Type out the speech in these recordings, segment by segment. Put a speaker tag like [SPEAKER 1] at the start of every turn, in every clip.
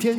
[SPEAKER 1] 天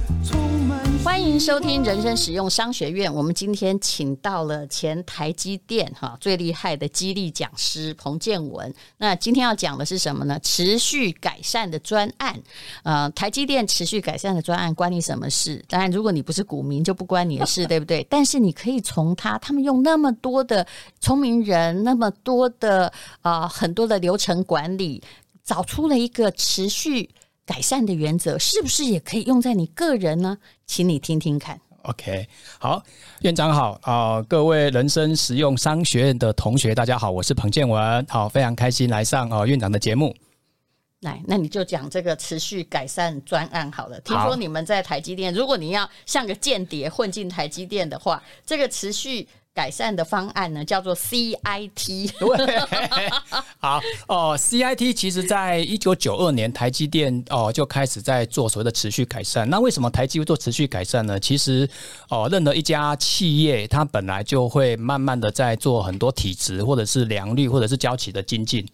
[SPEAKER 1] 充满。
[SPEAKER 2] 欢迎收听人生实用商学院。我们今天请到了前台积电哈最厉害的激励讲师彭建文。那今天要讲的是什么呢？持续改善的专案。呃，台积电持续改善的专案关你什么事？当然，如果你不是股民，就不关你的事，对不对？但是你可以从他他们用那么多的聪明人，那么多的啊、呃很多的流程管理，找出了一个持续改善的原则，是不是也可以用在你个人呢？请你听听看。
[SPEAKER 3] OK，好，院长好啊、各位人生实用商学院的同学，大家好，我是彭建文，好，非常开心来上啊、呃院长的节目。
[SPEAKER 2] 来，那你就讲这个持续改善专案好了。听
[SPEAKER 3] 好
[SPEAKER 2] 说你们在台积电，如果你要像个间谍混进台积电的话，这个持续改善的方案呢，叫做 CIT。
[SPEAKER 3] 对，好哦、c i t 其实在一九九二年，台积电哦、就开始在做所谓的持续改善。那为什么台积会做持续改善呢？其实哦、任何一家企业，它本来就会慢慢的在做很多体质或者是良率或者是交期的精进。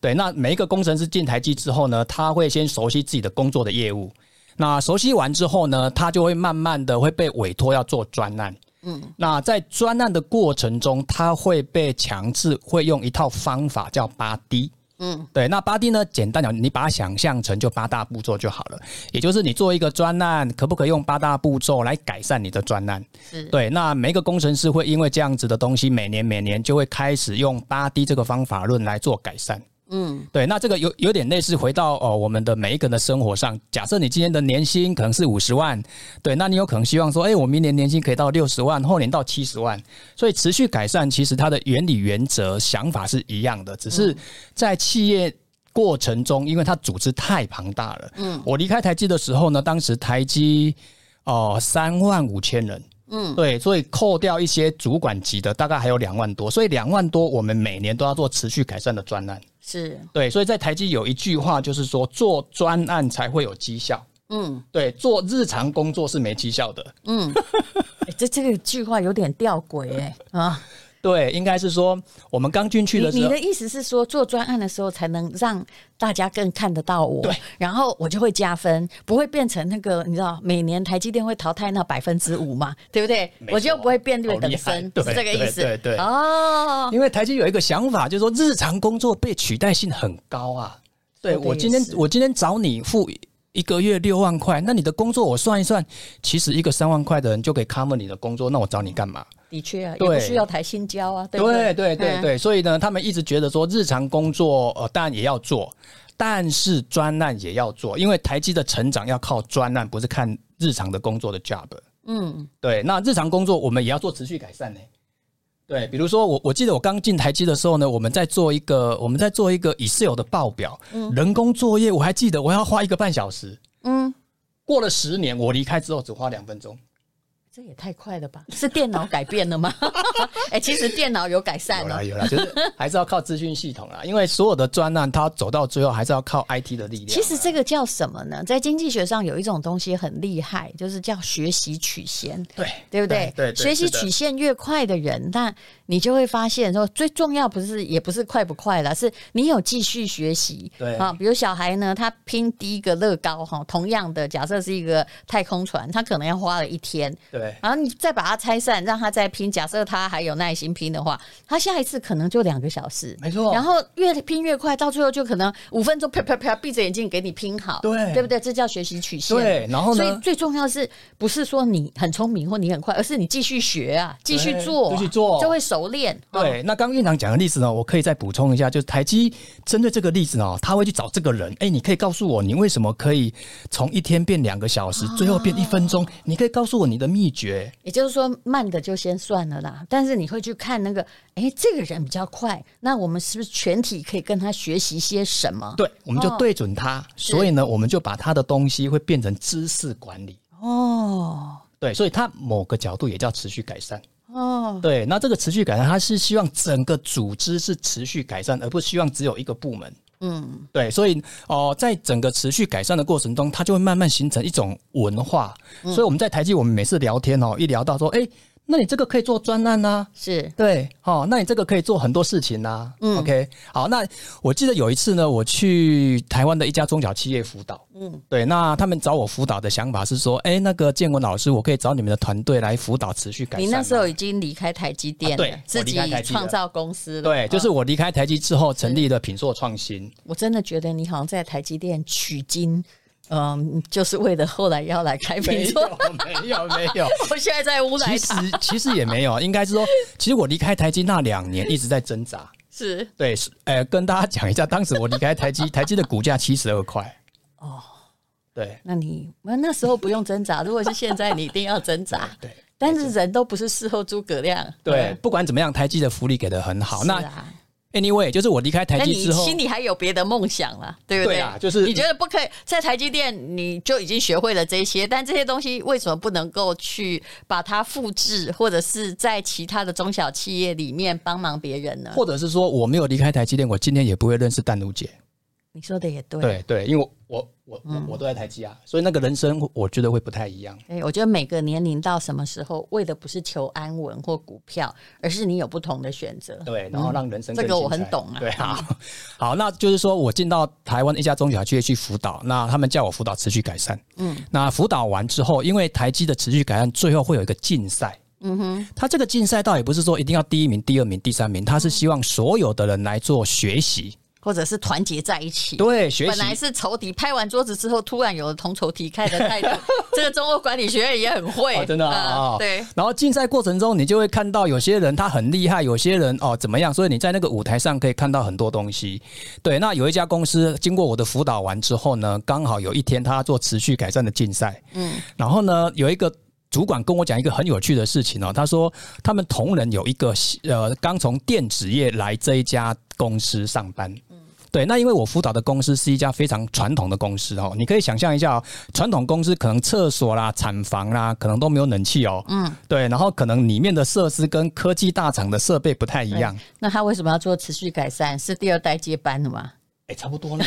[SPEAKER 3] 对，那每一个工程师进台积之后呢，他会先熟悉自己的工作的业务。那熟悉完之后呢，他就会慢慢的会被委托要做专案。嗯，那在专案的过程中，他会被强制会用一套方法叫八 D。嗯，对，那八 D 呢？简单讲，你把它想象成就八大步骤就好了。也就是你做一个专案，可不可以用八大步骤来改善你的专案？对，那每一个工程师会因为这样子的东西，每年每年就会开始用八 D 这个方法论来做改善。嗯，对，那这个有有点类似回到哦、呃我们的每一个人的生活上。假设你今天的年薪可能是五十万，对，那你有可能希望说，哎、我明年年薪可以到六十万，后年到七十万。所以持续改善，其实它的原理、原则、想法是一样的，只是在企业。过程中，因为它组织太庞大了，嗯，我离开台积的时候呢，当时台积哦三万五千人，对，所以扣掉一些主管级的，大概还有两万多，所以两万多我们每年都要做持续改善的专案。
[SPEAKER 2] 是，
[SPEAKER 3] 对，所以在台积有一句话就是说，做专案才会有绩效。
[SPEAKER 2] 嗯，
[SPEAKER 3] 对，做日常工作是没绩效的。
[SPEAKER 2] 诶这这个句话有点吊诡哎、啊！
[SPEAKER 3] 对，应该是说我们刚进去
[SPEAKER 2] 你
[SPEAKER 3] 的时
[SPEAKER 2] 你
[SPEAKER 3] 候
[SPEAKER 2] 的，意思是说，做专案的时候才能让大家更看得到我，
[SPEAKER 3] 对，
[SPEAKER 2] 然后我就会加分，不会变成那个你知道每年台积电会淘汰那百分之五嘛，对不对？
[SPEAKER 3] 没错
[SPEAKER 2] 我就不会变劣
[SPEAKER 3] 好
[SPEAKER 2] 等
[SPEAKER 3] 厉害
[SPEAKER 2] 生，
[SPEAKER 3] 对
[SPEAKER 2] 是这个意思？
[SPEAKER 3] 对对对
[SPEAKER 2] 哦，
[SPEAKER 3] 因为台积有一个想法，就是说日常工作被取代性很高啊。对
[SPEAKER 2] 说得也
[SPEAKER 3] 我今天
[SPEAKER 2] 是
[SPEAKER 3] 我今天找你付一个月六万块，那你的工作我算一算，其实一个三万块的人就可以 cover 你的工作，那我找你干嘛？
[SPEAKER 2] 的确啊，也
[SPEAKER 3] 对
[SPEAKER 2] 不需要台新交啊，对不
[SPEAKER 3] 对
[SPEAKER 2] 对
[SPEAKER 3] 对对对，所以呢，他们一直觉得说日常工作呃，当然也要做，但是专案也要做，因为台积的成长要靠专案，不是看日常的工作的 job。
[SPEAKER 2] 嗯，
[SPEAKER 3] 对，那日常工作我们也要做持续改善呢。对，比如说我我记得我刚进台积的时候呢，我们在做一个我们在做一个 Excel 的报表，人工作业我还记得我要花一个半小时。
[SPEAKER 2] 嗯，
[SPEAKER 3] 过了十年，我离开之后只花两分钟。
[SPEAKER 2] 这也太快了吧？是电脑改变了吗？ 哎、其实电脑有改善
[SPEAKER 3] 有
[SPEAKER 2] 哦
[SPEAKER 3] 啦。有啦，就是 还是要靠资讯系统啊啦，因为所有的专案它走到最后还是要靠 IT 的力量。
[SPEAKER 2] 其实这个叫什么呢？在经济学上有一种东西很厉害，就是叫学习曲线，
[SPEAKER 3] 对
[SPEAKER 2] 对不对？
[SPEAKER 3] 对，对
[SPEAKER 2] 学习
[SPEAKER 3] 是的
[SPEAKER 2] 曲线越快的人，那你就会发现说，最重要不是也不是快不快啦，是你有继续学习。
[SPEAKER 3] 对
[SPEAKER 2] 啊，比如小孩呢，他拼第一个乐高哈，同样的，假设是一个太空船，他可能要花了一天，
[SPEAKER 3] 对
[SPEAKER 2] 然后你再把它拆散，让他再拼。假设他还有耐心拼的话，他下一次可能就两个小时，
[SPEAKER 3] 没错
[SPEAKER 2] 然后越拼越快，到最后就可能五分钟，啪啪啪，闭着眼睛给你拼好，
[SPEAKER 3] 对
[SPEAKER 2] 对不对？这叫学习曲线。
[SPEAKER 3] 对，然后
[SPEAKER 2] 所
[SPEAKER 3] 呢？
[SPEAKER 2] 以最重要是不是说你很聪明或你很快，而是你继续学啊，继续做啊、
[SPEAKER 3] 继续做
[SPEAKER 2] 就会熟练。哦，
[SPEAKER 3] 对，那刚院长讲的例子呢，我可以再补充一下，就是台积针对这个例子哦，他会去找这个人，哎，你可以告诉我你为什么可以从一天变两个小
[SPEAKER 2] 哦
[SPEAKER 3] 时，最后变一分钟，你可以告诉我你的秘诀。
[SPEAKER 2] 也就是说慢的就先算了啦，但是你会去看那个，诶，这个人比较快，那我们是不是全体可以跟他学习些什么？
[SPEAKER 3] 对，我们就
[SPEAKER 2] 哦
[SPEAKER 3] 对准他，所以呢，我们就把他的东西会变成知识管理。
[SPEAKER 2] 哦
[SPEAKER 3] 对，所以它某个角度也叫持续改善。
[SPEAKER 2] 哦，
[SPEAKER 3] 对，那这个持续改善，它是希望整个组织是持续改善，而不希望只有一个部门。
[SPEAKER 2] 嗯，
[SPEAKER 3] 对，所以哦、呃在整个持续改善的过程中，它就会慢慢形成一种文化。
[SPEAKER 2] 嗯
[SPEAKER 3] 所以我们在台积，我们每次聊天哦，一聊到说，哎、那你这个可以做专案啊呐、
[SPEAKER 2] 是
[SPEAKER 3] 对，哦，那你这个可以做很多事情呐、嗯，OK，好，那我记得有一次呢，我去台湾的一家中小企业辅导，嗯，对，那他们找我辅导的想法是说，哎、那个建文老师，我可以找你们的团队来辅导持续改善吗。
[SPEAKER 2] 你那时候已经离开台积电
[SPEAKER 3] 啊
[SPEAKER 2] 了，
[SPEAKER 3] 对
[SPEAKER 2] 自
[SPEAKER 3] 我离
[SPEAKER 2] 己
[SPEAKER 3] 开台积了
[SPEAKER 2] 创造公司了。
[SPEAKER 3] 对，就是
[SPEAKER 2] 啊
[SPEAKER 3] 我离开台积之后成立了品硕创新。
[SPEAKER 2] 我真的觉得你好像在台积电取经，嗯，就是为了后来要来开品座。
[SPEAKER 3] 没有，没有，没有。
[SPEAKER 2] 我现在在乌 来啊
[SPEAKER 3] 其
[SPEAKER 2] 塔
[SPEAKER 3] 实其实也没有，应该是说，其实我离开台积那两年一直在挣扎。
[SPEAKER 2] 是
[SPEAKER 3] 对，是，呃，跟大家讲一下，当时我离开台积，台积的股价七十二块。哦，对
[SPEAKER 2] 那你那那时候不用挣扎，如果是现在，你一定要挣扎。
[SPEAKER 3] 对
[SPEAKER 2] 但是人都不是事后诸葛亮。啊
[SPEAKER 3] 对，不管怎么样，台积的福利给的很好。
[SPEAKER 2] 是
[SPEAKER 3] 那
[SPEAKER 2] 啊
[SPEAKER 3] anyway，就是我离开台
[SPEAKER 2] 那
[SPEAKER 3] 积
[SPEAKER 2] 你
[SPEAKER 3] 之后，
[SPEAKER 2] 心里还有别的梦想啦，对不对？
[SPEAKER 3] 对啦就是
[SPEAKER 2] 你觉得不可以在台积电，你就已经学会了这些，但这些东西为什么不能够去把它复制，或者是在其他的中小企业里面帮忙别人呢？
[SPEAKER 3] 或者是说我没有离开台积电，我今天也不会认识淡如姐。
[SPEAKER 2] 你说的也对。
[SPEAKER 3] 对对，因为我我我我我都在台积啊，所以那个人生我觉得会不太一样。
[SPEAKER 2] 哎对，我觉得每个年龄到什么时候，为的不是求安稳或股票，而是你有不同的选择。
[SPEAKER 3] 对，然后让人生
[SPEAKER 2] 嗯这
[SPEAKER 3] 更
[SPEAKER 2] 个我
[SPEAKER 3] 精
[SPEAKER 2] 很
[SPEAKER 3] 彩
[SPEAKER 2] 懂啊
[SPEAKER 3] 对啊，好， 那就是说我进到台湾一家中小企业去辅导，那他们叫我辅导持续改善。嗯，那辅导完之后，因为台积的持续改善最后会有一个竞赛。嗯哼，他这个竞赛倒也不是说一定要第一名、第二名、第三名，他
[SPEAKER 2] 嗯
[SPEAKER 3] 是希望所有的人来做学习，
[SPEAKER 2] 或者是团结在一起。
[SPEAKER 3] 对，学
[SPEAKER 2] 本
[SPEAKER 3] 习
[SPEAKER 2] 来是仇敌，拍完桌子之后，突然有了同仇敌忾的态 度。这个中欧管理学院也很会，
[SPEAKER 3] 哦真的啊、
[SPEAKER 2] 嗯
[SPEAKER 3] 哦
[SPEAKER 2] 对，
[SPEAKER 3] 然后竞赛过程中，你就会看到有些人他很厉害，有些人哦怎么样，所以你在那个舞台上可以看到很多东西。对，那有一家公司经过我的辅导完之后呢，刚好有一天他做持续改善的竞赛，嗯，然后呢有一个。主管跟我讲一个很有趣的事情哦，他说他们同仁有一个呃刚从电子业来这一家公司上班，对，那因为我辅导的公司是一家非常传统的公司哦，你可以想象一下、哦，传统公司可能厕所啦、产房啦，可能都没有冷气哦。嗯，对，然后可能里面的设施跟科技大厂的设备不太一样。
[SPEAKER 2] 那他为什么要做持续改善？是第二代接班的吗？
[SPEAKER 3] 哎、差不多了。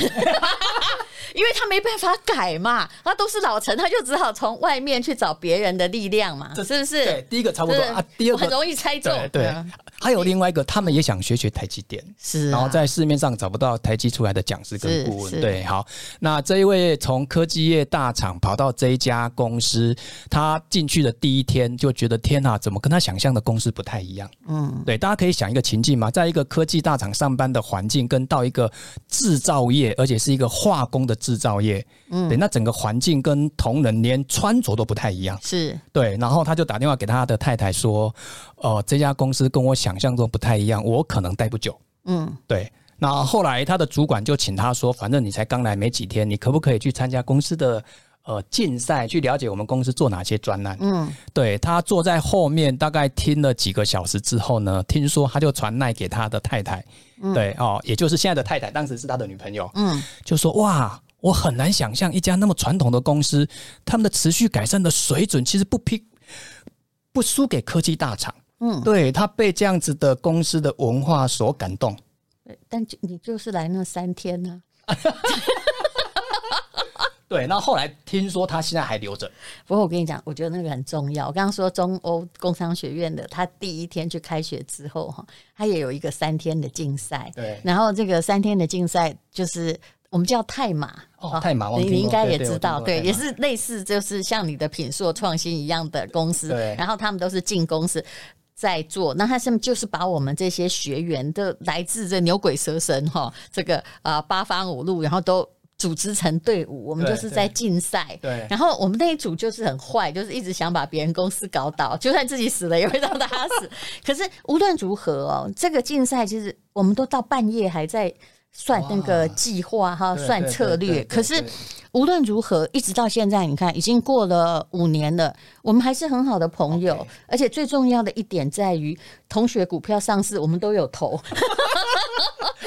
[SPEAKER 2] 因为他没办法改嘛，他都是老陈，他就只好从外面去找别人的力量嘛，是不是？
[SPEAKER 3] 对，第一个差不多
[SPEAKER 2] 是
[SPEAKER 3] 啊，第二
[SPEAKER 2] 我很
[SPEAKER 3] 个
[SPEAKER 2] 容易猜中
[SPEAKER 3] 对。对
[SPEAKER 2] 嗯，
[SPEAKER 3] 还有另外一个，他们也想学学台积电。
[SPEAKER 2] 是啊。
[SPEAKER 3] 然后在市面上找不到台积出来的讲师跟顾
[SPEAKER 2] 是
[SPEAKER 3] 问。
[SPEAKER 2] 是
[SPEAKER 3] 对，好，那这一位从科技业大厂跑到这一家公司，他进去的第一天就觉得天哪，怎么跟他想象的公司不太一样？嗯，对，大家可以想一个情境嘛，在一个科技大厂上班的环境，跟到一个制造业，而且是一个化工的制造业，嗯，对，那整个环境跟同仁连穿着都不太一样。
[SPEAKER 2] 是
[SPEAKER 3] 对，然后他就打电话给他的太太说：“呃，这家公司跟我想象中不太一样，我可能待不久。”嗯，对。那后来他的主管就请他说：“反正你才刚来没几天，你可不可以去参加公司的呃竞赛，去了解我们公司做哪些专栏？”嗯，对他坐在后面，大概听了几个小时之后呢，听说他就传赖给他的太太，对哦，也就是现在的太太，当时是他的女朋友。嗯，就说哇。我很难想象一家那么传统的公司，他们的持续改善的水准其实不匹不输给科技大厂。嗯，对他被这样子的公司的文化所感动。
[SPEAKER 2] 但就你就是来那三天呢、
[SPEAKER 3] 对，那后来听说他现在还留着。
[SPEAKER 2] 不过我跟你讲，我觉得那个很重要。我刚刚说中欧工商学院的，他第一天去开学之后哈，他也有一个三天的竞赛。
[SPEAKER 3] 对
[SPEAKER 2] 然后这个三天的竞赛就是我们叫泰马
[SPEAKER 3] 哦泰马我
[SPEAKER 2] 你
[SPEAKER 3] 听
[SPEAKER 2] 你
[SPEAKER 3] 过
[SPEAKER 2] 应该
[SPEAKER 3] 对
[SPEAKER 2] 也
[SPEAKER 3] 对我
[SPEAKER 2] 知
[SPEAKER 3] 听
[SPEAKER 2] 道，
[SPEAKER 3] 过
[SPEAKER 2] 对，
[SPEAKER 3] 泰
[SPEAKER 2] 也
[SPEAKER 3] 马
[SPEAKER 2] 是类似就是像你的品硕创新一样的公司
[SPEAKER 3] 对，
[SPEAKER 2] 然后他们都是进公司。在做，那他是就是把我们这些学员的来自这牛鬼蛇神哈，这个啊、呃八方五路，然后都组织成队伍，我们
[SPEAKER 3] 对
[SPEAKER 2] 就是在
[SPEAKER 3] 对
[SPEAKER 2] 竞赛，
[SPEAKER 3] 对
[SPEAKER 2] 然后我们那一组就是很坏，就是一直想把别人公司搞倒，就算自己死了也会让大家死。 可是无论如何哦，这个竞赛其实我们都到半夜还在算那个
[SPEAKER 3] 哇
[SPEAKER 2] 计划哈，
[SPEAKER 3] 对
[SPEAKER 2] 算
[SPEAKER 3] 对
[SPEAKER 2] 策
[SPEAKER 3] 对
[SPEAKER 2] 略。
[SPEAKER 3] 对
[SPEAKER 2] 可
[SPEAKER 3] 对
[SPEAKER 2] 是
[SPEAKER 3] 对
[SPEAKER 2] 无论如何，一直到现在，你看已经过了五年了，我们还是很好的朋友
[SPEAKER 3] OK。
[SPEAKER 2] 而且最重要的一点在于，同学股票上市，我们都有投。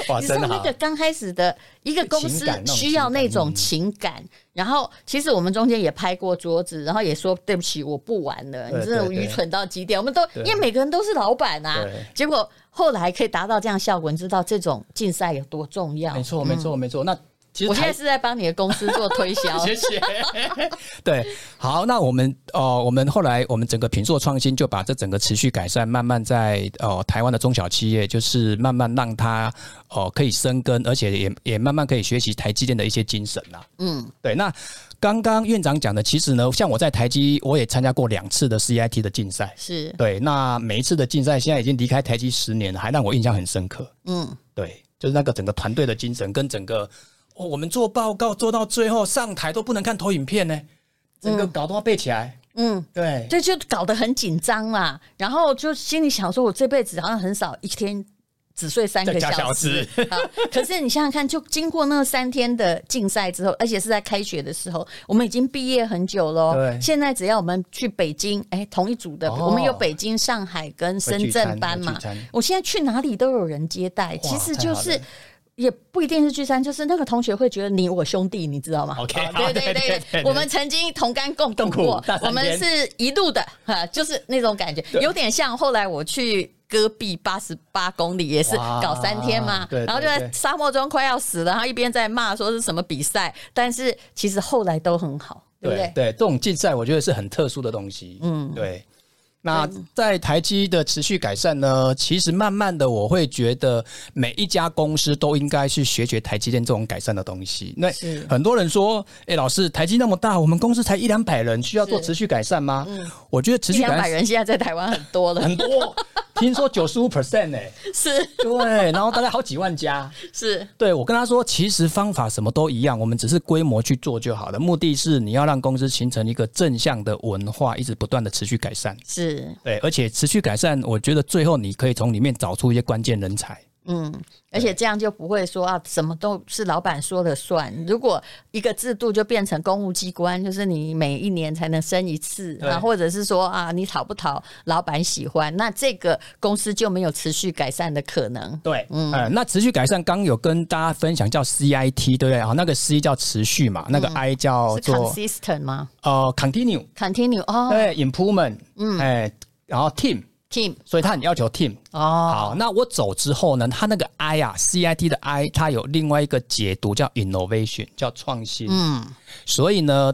[SPEAKER 3] 哇，
[SPEAKER 2] 你
[SPEAKER 3] 啊真
[SPEAKER 2] 说那
[SPEAKER 3] 好
[SPEAKER 2] 个，刚开始的一个公司
[SPEAKER 3] 情感那种
[SPEAKER 2] 需要那种情感，然后其实我们中间也拍过桌子，然后也说对不起，我不玩了，
[SPEAKER 3] 对
[SPEAKER 2] 你真的
[SPEAKER 3] 对对
[SPEAKER 2] 愚蠢到极点。我们都
[SPEAKER 3] 对
[SPEAKER 2] 因为每个人都是老板啊
[SPEAKER 3] 对，
[SPEAKER 2] 结果后来可以达到这样效果，你知道这种竞赛有多重要？
[SPEAKER 3] 没错，没错，没错。那其哎实
[SPEAKER 2] 嗯我现
[SPEAKER 3] 台
[SPEAKER 2] 在是在帮你的公司做推
[SPEAKER 3] ，
[SPEAKER 2] 销
[SPEAKER 3] 谢谢。 对，好，那我们呃，我们后来我们整个品硕创新就把这整个持续改善，慢慢在呃台湾的中小企业，就是慢慢让它呃可以生根，而且也也慢慢可以学习台积电的一些精神啦、
[SPEAKER 2] 嗯，
[SPEAKER 3] 对，那刚刚院长讲的，其实呢，像我在台积，我也参加过两次的 CIT 的竞赛。
[SPEAKER 2] 是，
[SPEAKER 3] 对，那每一次的竞赛，现在已经离开台积十年了，还让我印象很深刻。
[SPEAKER 2] 嗯，
[SPEAKER 3] 对，就是那个整个团队的精神跟整个、哦，我们做报告做到最后上台都不能看投影片呢，整个搞都要背起来。
[SPEAKER 2] 嗯。
[SPEAKER 3] 对，
[SPEAKER 2] 对，就搞得很紧张啦，然后就心里想说，我这辈子好像很少一天只睡三个
[SPEAKER 3] 再加
[SPEAKER 2] 小时。 好可是你想想看，就经过那三天的竞赛之后，而且是在开学的时候，我们已经毕业很久喽。
[SPEAKER 3] 对
[SPEAKER 2] 现在只要我们去北京，哎，同一组的，
[SPEAKER 3] 哦
[SPEAKER 2] 我们有北京、上海跟深圳班嘛
[SPEAKER 3] 会聚餐会聚餐。
[SPEAKER 2] 我现在去哪里都有人接待，其实就
[SPEAKER 3] 太好
[SPEAKER 2] 是
[SPEAKER 3] 了。
[SPEAKER 2] 也不一定是聚餐，就是那个同学会觉得你我兄弟，你知道吗
[SPEAKER 3] OK，
[SPEAKER 2] 啊
[SPEAKER 3] 好
[SPEAKER 2] 对
[SPEAKER 3] 对对
[SPEAKER 2] 对
[SPEAKER 3] 对
[SPEAKER 2] 对，
[SPEAKER 3] 对
[SPEAKER 2] 我们曾经同甘共苦
[SPEAKER 3] 共苦
[SPEAKER 2] 过
[SPEAKER 3] 大，三
[SPEAKER 2] 我们
[SPEAKER 3] 天
[SPEAKER 2] 是。是一路的哈，就是那种感觉，有点像后来我去。戈壁八十八公里也是
[SPEAKER 3] 哇
[SPEAKER 2] 搞三天嘛，
[SPEAKER 3] 对对
[SPEAKER 2] 然后就
[SPEAKER 3] 对
[SPEAKER 2] 在沙漠中快要死了，然后一边在骂说是什么比赛，但是其实后来都很好，对不
[SPEAKER 3] 对
[SPEAKER 2] 对？
[SPEAKER 3] 对，这种竞赛我觉得是很特殊的东西。嗯，对。那在台积的持续改善呢，其实慢慢的我会觉得每一家公司都应该去学学台积电这种改善的东西。那
[SPEAKER 2] 是
[SPEAKER 3] 很多人说，哎，老师，台积那么大，我们公司才一两百人，需要做
[SPEAKER 2] 是嗯
[SPEAKER 3] 持续改善吗？我觉得持
[SPEAKER 2] 一
[SPEAKER 3] 续
[SPEAKER 2] 两
[SPEAKER 3] 改
[SPEAKER 2] 百
[SPEAKER 3] 善
[SPEAKER 2] 人现在在台湾很多了，
[SPEAKER 3] 很多，听说九十五 percent 哎，
[SPEAKER 2] 是
[SPEAKER 3] 对，然后大概好几万家。
[SPEAKER 2] 是，
[SPEAKER 3] 对我跟他说，其实方法什么都一样，我们只是规模去做就好了。目的是你要让公司形成一个正向的文化，一直不断的持续改善。
[SPEAKER 2] 是，
[SPEAKER 3] 对，而且持续改善，我觉得最后你可以从里面找出一些关键人才。
[SPEAKER 2] 嗯，而且这样就不会说啊，什么都是老板说了算。如果一个制度就变成公务机关，就是你每一年才能升一次
[SPEAKER 3] 对
[SPEAKER 2] 啊，或者是说啊，你讨不讨老板喜欢，那这个公司就没有持续改善的可能。
[SPEAKER 3] 对，嗯、那持续改善刚有跟大家分享叫 CIT，对不对？好，那个 C 叫持续嘛，那个 I 叫
[SPEAKER 2] 是
[SPEAKER 3] 做、
[SPEAKER 2] consistent 吗
[SPEAKER 3] 呃嗯 continue，
[SPEAKER 2] ？continue 哦
[SPEAKER 3] 对 improvement，嗯，哎，然后 team，
[SPEAKER 2] ，team
[SPEAKER 3] 所以他很要求 team，
[SPEAKER 2] 哦，
[SPEAKER 3] 好，那我走之后呢，它那个 I 啊，CIT 的 I，它有另外一个解读叫 innovation，叫创新。
[SPEAKER 2] 嗯，
[SPEAKER 3] 所以呢，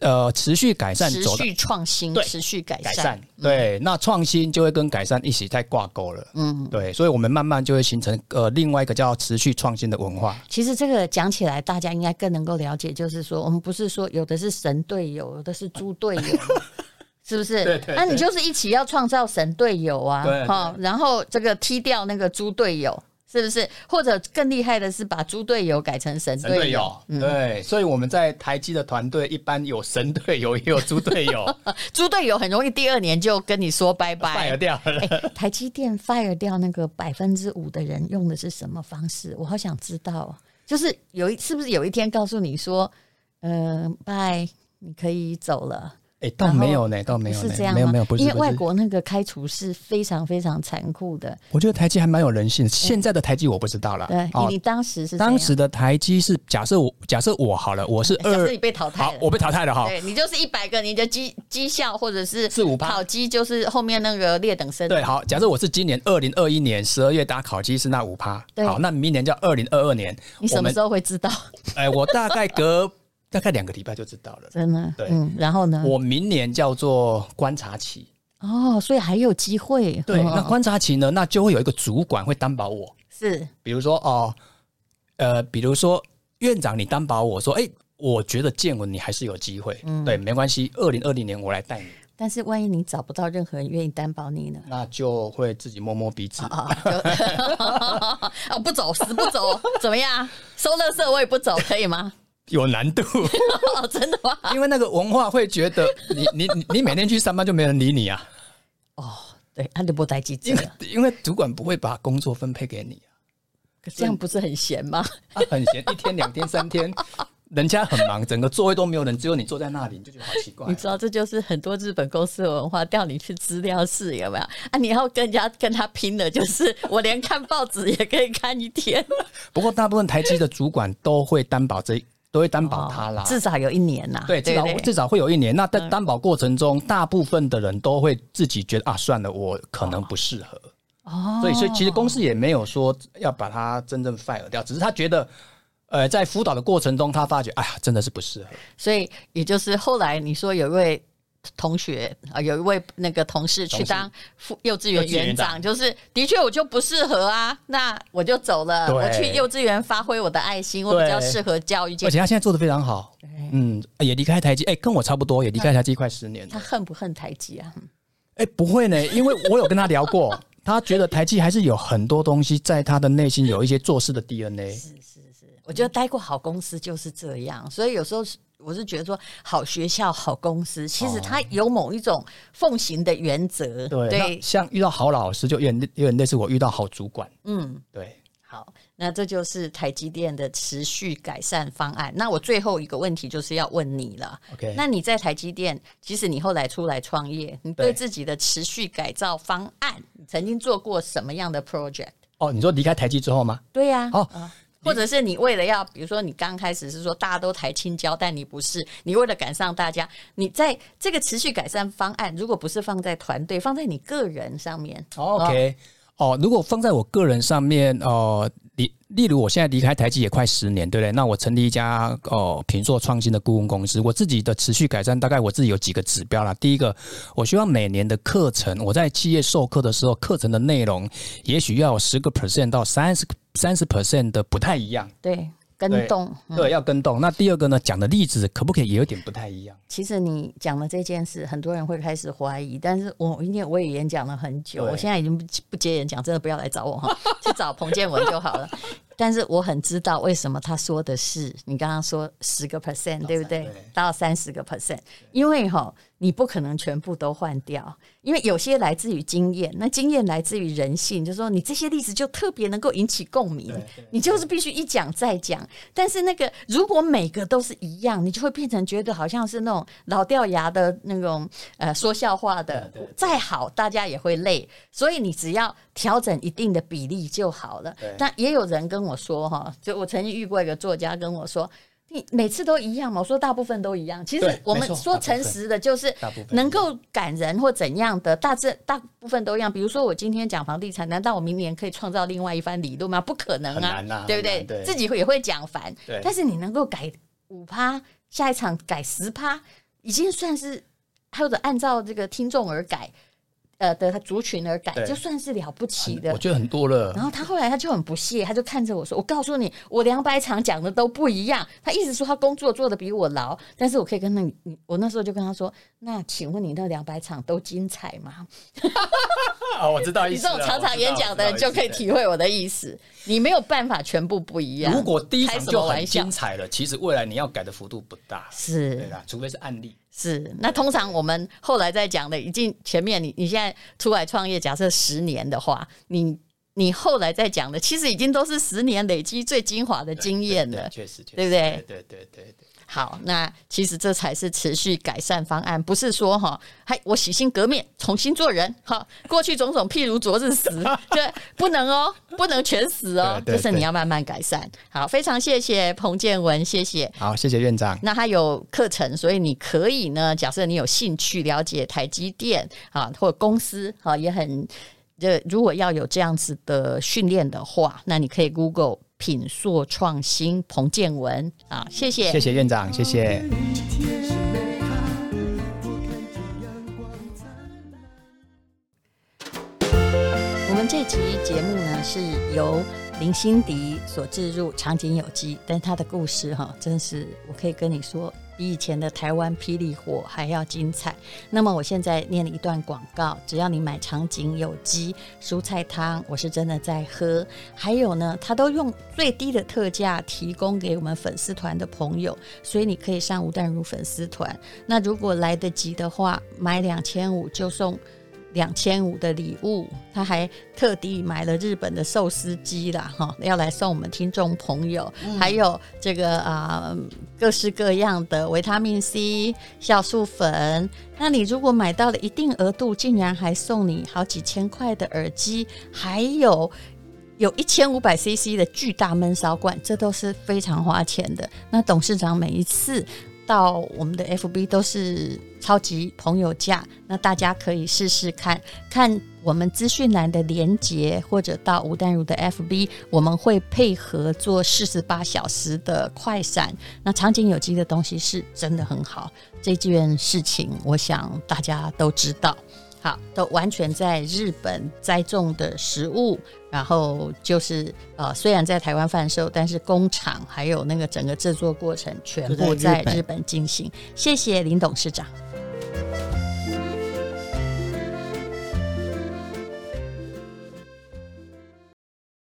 [SPEAKER 3] 呃，持续改善
[SPEAKER 2] 持
[SPEAKER 3] 走的
[SPEAKER 2] 续创新，
[SPEAKER 3] 对
[SPEAKER 2] 持续改
[SPEAKER 3] 改
[SPEAKER 2] 善
[SPEAKER 3] 善，，对，那创新就会跟改善一起在挂钩了。
[SPEAKER 2] 嗯。
[SPEAKER 3] 对，所以我们慢慢就会形成呃另外一个叫持续创新的文化。
[SPEAKER 2] 其实这个讲起来，大家应该更能够了解，就是说，我们不是说有的是神队友，有的是猪队友嘛， 是不是？
[SPEAKER 3] 对对对
[SPEAKER 2] 那你就是一起要创造神队友啊
[SPEAKER 3] 对对，
[SPEAKER 2] 齁然后这个踢掉那个猪队友，是不是？或者更厉害的是把猪队友改成神队友，嗯
[SPEAKER 3] 对，所以我们在台积的团队一般有神队友，也有猪队友
[SPEAKER 2] 猪队友很容易第二年就跟你说 拜
[SPEAKER 3] ，fire
[SPEAKER 2] 拜。
[SPEAKER 3] 掉了。
[SPEAKER 2] 哎，台积电 fire 掉那个百分之五的人用的是什么方式？我好想知道哦。就是有一是不是有一天告诉你说，嗯、拜，你可以走了。
[SPEAKER 3] 哎，倒没有呢，倒没
[SPEAKER 2] 不
[SPEAKER 3] 有
[SPEAKER 2] 是
[SPEAKER 3] 呢
[SPEAKER 2] 这样，吗？
[SPEAKER 3] 没有没有，不是
[SPEAKER 2] 因为
[SPEAKER 3] 不是
[SPEAKER 2] 外国那个开除是非常非常残酷的。
[SPEAKER 3] 我觉得台积还蛮有人性的，现在的台积我不知道了。
[SPEAKER 2] 对，
[SPEAKER 3] 哦
[SPEAKER 2] 你当时是怎样
[SPEAKER 3] 当时的台积是假设我假设我好了，我是
[SPEAKER 2] 嗯假
[SPEAKER 3] 二
[SPEAKER 2] 设你，被淘汰
[SPEAKER 3] 好
[SPEAKER 2] 了，，
[SPEAKER 3] 我被淘汰了哈。
[SPEAKER 2] 对你就是一百个，你的绩绩效或者是
[SPEAKER 3] 4-5%
[SPEAKER 2] 考绩就是后面那个劣等生。
[SPEAKER 3] 对，好，假设我是今年二零二一年十二月打考绩是那五趴，
[SPEAKER 2] 对
[SPEAKER 3] 好，那明年叫二零二二年，
[SPEAKER 2] 你什
[SPEAKER 3] 我
[SPEAKER 2] 么
[SPEAKER 3] 们
[SPEAKER 2] 时候会知道？
[SPEAKER 3] 哎，我大概隔 大概两个礼拜就知道了。
[SPEAKER 2] 真的，
[SPEAKER 3] 对
[SPEAKER 2] 嗯，然后呢？
[SPEAKER 3] 我明年叫做观察期，
[SPEAKER 2] 哦，所以还有机会。
[SPEAKER 3] 对，
[SPEAKER 2] 嗯
[SPEAKER 3] 那观察期呢，那就会有一个主管会担保我，
[SPEAKER 2] 是
[SPEAKER 3] 比如说哦，呃，比如说院长你担保我说，哎，我觉得建文你还是有机会，
[SPEAKER 2] 嗯
[SPEAKER 3] 对，没关系，二零二零年我来带你，
[SPEAKER 2] 但是万一你找不到任何人愿意担保你 呢？
[SPEAKER 3] 那就会自己摸摸鼻子，
[SPEAKER 2] 啊、就啊不走，死不走，怎么样？收垃圾我也不走，可以吗？
[SPEAKER 3] 有难度，
[SPEAKER 2] 哦，真的吗？
[SPEAKER 3] 因为那个文化会觉得你你你你每天去上班就没人理你啊，
[SPEAKER 2] 对，他就不待机
[SPEAKER 3] 因
[SPEAKER 2] 制
[SPEAKER 3] 为
[SPEAKER 2] 了，
[SPEAKER 3] 因为主管不会把工作分配给你啊
[SPEAKER 2] 这样不是很闲吗？
[SPEAKER 3] 啊，很闲，一天两天三天，人家很忙，整个座位都没有人，只有你坐在那里，你就觉得好奇怪
[SPEAKER 2] 你。知道这就是很多日本公司的文化，调你去资料室有没有啊？你要跟人家跟他拼的，就是我连看报纸也可以看一天，
[SPEAKER 3] 不过大部分台积的主管都会担保这，都会担保他啦。
[SPEAKER 2] 哦至少有一年呐、
[SPEAKER 3] 对，至
[SPEAKER 2] 对
[SPEAKER 3] 少
[SPEAKER 2] 不对嗯
[SPEAKER 3] 至少会有一年。那在担保过程中，大部分的人都会自己觉得啊，算了，我可能不适合。
[SPEAKER 2] 哦
[SPEAKER 3] 所以，所以其实公司也没有说要把他真正 fire 掉，只是他觉得，呃，在辅导的过程中，他发觉，哎呀，真的是不适合。
[SPEAKER 2] 所以也就是后来你说有一位同学啊，有一位那个同事去
[SPEAKER 3] 同事
[SPEAKER 2] 当副幼稚
[SPEAKER 3] 幼
[SPEAKER 2] 园
[SPEAKER 3] 稚园
[SPEAKER 2] 园长，
[SPEAKER 3] 长
[SPEAKER 2] 就是的确我就不适合啊，那我就走了，
[SPEAKER 3] 对
[SPEAKER 2] 我去幼稚园发挥我的爱心，我比
[SPEAKER 3] 对
[SPEAKER 2] 较适合教育界
[SPEAKER 3] 而。且他现在做的非常好，嗯，也离开台积，哎、跟我差不多，也离开台积快十年了
[SPEAKER 2] 他。恨不恨台积啊？
[SPEAKER 3] 哎、不会呢，因为我有跟他聊 过，他觉得台积还是有很多东西在他的内心有一些做事的 DNA。
[SPEAKER 2] 我觉得待过好公司就是这样，所以有时候是我是觉得说，好学校、好公司，其实它有某一种奉行的原则。
[SPEAKER 3] 哦对，那像遇到好老师，就有点有点类似我遇到好主管。
[SPEAKER 2] 嗯，
[SPEAKER 3] 对，
[SPEAKER 2] 好，那这就是台积电的持续改善方案。那我最后一个问题就是要问你了。
[SPEAKER 3] OK
[SPEAKER 2] 那你在台积电，即使你后来出来创业，你
[SPEAKER 3] 对
[SPEAKER 2] 对自己的持续改造方案，你曾经做过什么样的 project？
[SPEAKER 3] 哦，你说离开台积之后吗？
[SPEAKER 2] 对呀、
[SPEAKER 3] 哦，
[SPEAKER 2] 或者是你为了要，比如说你刚开始是说大家都抬青椒，但你不是，你为了赶上大家，你在这个持续改善方案，如果不是放在团队，放在你个人上面，
[SPEAKER 3] OK，哦，如果放在我个人上面，呃，例例如我现在离开台积也快十年，对不对？那我成立一家哦品硕创新的顾问公司，我自己的持续改善，大概我自己有几个指标啦。第一个，我希望每年的课程，我在企业授课的时候，课程的内容也许要有十个 percent 到三十三十 percent 的不太一样，
[SPEAKER 2] 对，跟
[SPEAKER 3] 对
[SPEAKER 2] 动。嗯
[SPEAKER 3] 对，要跟动。那第二个呢，讲的例子可不可以也有点不太一样？
[SPEAKER 2] 其实你讲的这件事，很多人会开始怀疑，但是我因为我也演讲了很久，
[SPEAKER 3] 对
[SPEAKER 2] 我现在已经不不接演讲，真的不要来找我哈， 去找彭建文就好了。但是我很知道为什么他说的是你刚刚说十个 percent，对不对
[SPEAKER 3] 对？
[SPEAKER 2] 到三十个 percent，因为哈、你不可能全部都换掉，因为有些来自于经验，那经验来自于人性，就是说你这些例子就特别能够引起共鸣
[SPEAKER 3] 对对，
[SPEAKER 2] 你就是必须一讲再讲。但是那个如果每个都是一样，你就会变成觉得好像是那种老掉牙的那种呃说笑话的
[SPEAKER 3] 对对对，
[SPEAKER 2] 再好大家也会累，所以你只要调整一定的比例就好了
[SPEAKER 3] 对。
[SPEAKER 2] 那也有人跟我说哈，就我曾经遇过一个作家跟我说。你每次都一样嘛？我说大部分都一样。其实
[SPEAKER 3] 对
[SPEAKER 2] 我们
[SPEAKER 3] 没错
[SPEAKER 2] 说
[SPEAKER 3] 大部分
[SPEAKER 2] 诚实的，就是
[SPEAKER 3] 大部分
[SPEAKER 2] 能够感人或怎样的，大致大部分都一样。比如说我今天讲房地产，难道我明年可以创造另外一番理论吗？不可能啊，
[SPEAKER 3] 很难啊
[SPEAKER 2] 对不对？
[SPEAKER 3] 很难对
[SPEAKER 2] 自己也会讲烦
[SPEAKER 3] 对，
[SPEAKER 2] 但是你能够改五趴，下一场改十趴，已经算是或者按照这个听众而改，呃的族群而改，
[SPEAKER 3] 对
[SPEAKER 2] 就算是了不起的
[SPEAKER 3] 我。觉得很多了
[SPEAKER 2] 然。后他后来他就很不屑，他就看着我说：“我告诉你，我两百场讲的都不一样。”他一直说他工作做的比我牢，但是我可以跟那你，你我那时候就跟他说：“那请问你那两百场都精彩吗
[SPEAKER 3] 哦，我知道？”
[SPEAKER 2] 你这种常常演讲的人就可以体会我的意思，你没有办法全部不一样。
[SPEAKER 3] 如果第一
[SPEAKER 2] 开
[SPEAKER 3] 场
[SPEAKER 2] 什
[SPEAKER 3] 就
[SPEAKER 2] 么
[SPEAKER 3] 很
[SPEAKER 2] 玩笑
[SPEAKER 3] 精？彩了，其实未来你要改的幅度不大，对
[SPEAKER 2] 是
[SPEAKER 3] 啦，除非是案例。
[SPEAKER 2] 是，那通常我们后来在讲的，已经前面你你现在出来创业，假设十年的话，你你后来在讲的，其实已经都是十年累积最精华的经验
[SPEAKER 3] 对
[SPEAKER 2] 了。
[SPEAKER 3] 确实，确实
[SPEAKER 2] 对不对
[SPEAKER 3] 对对对对
[SPEAKER 2] 好，那其实这才是持续改善方案，不是说哈，嗨，我洗心革面，重新做人哈。过去种种，譬如昨日 死，这不能哦，不能全死哦，
[SPEAKER 3] 对
[SPEAKER 2] 这
[SPEAKER 3] 对
[SPEAKER 2] 是你要慢慢改善。好，非常谢谢彭建文，谢谢。
[SPEAKER 3] 好，谢谢院长。
[SPEAKER 2] 那它有课程，所以你可以呢，假设你有兴趣了解台积电啊，或公司啊，也很这如果要有这样子的训练的话，那你可以 Google 品硕创新彭建文啊，谢谢，
[SPEAKER 3] 谢谢院长，谢谢。
[SPEAKER 4] 一天，我看见阳光灿烂。
[SPEAKER 2] 我们这期节目呢是由林心迪所置入场景有机，但她的故事哈、真是我可以跟你说，比以前的台湾霹雳火还要精彩。那么我现在念了一段广告，只要你买场景有机蔬菜汤，我是真的在喝。还有呢，它都用最低的特价提供给我们粉丝团的朋友，所以你可以上吴淡如粉丝团。那如果来得及的话，买两千五就送。两千五的礼物，他还特地买了日本的寿司机啦，哈，要来送我们听众朋友，还有这个啊、各式各样的维他命 C、酵素粉。那你如果买到了一定额度，竟然还送你好几千块的耳机，还有有一千五百 CC 的巨大闷烧罐，这都是非常花钱的。那董事长每一次到我们的 FB 都是超级朋友价，那大家可以试试看，看我们资讯栏的连接，或者到吴淡如的 FB，我们会配合做四十八小时的快闪。那场景有机的东西是真的很好，这件事情我想大家都知道。好，都完全在日本栽种的食物，然后就是呃，虽然在台湾贩售，但是工厂还有那个整个制作过程全部
[SPEAKER 5] 都在
[SPEAKER 2] 在
[SPEAKER 5] 日本
[SPEAKER 2] 日本进行。谢谢林董事长。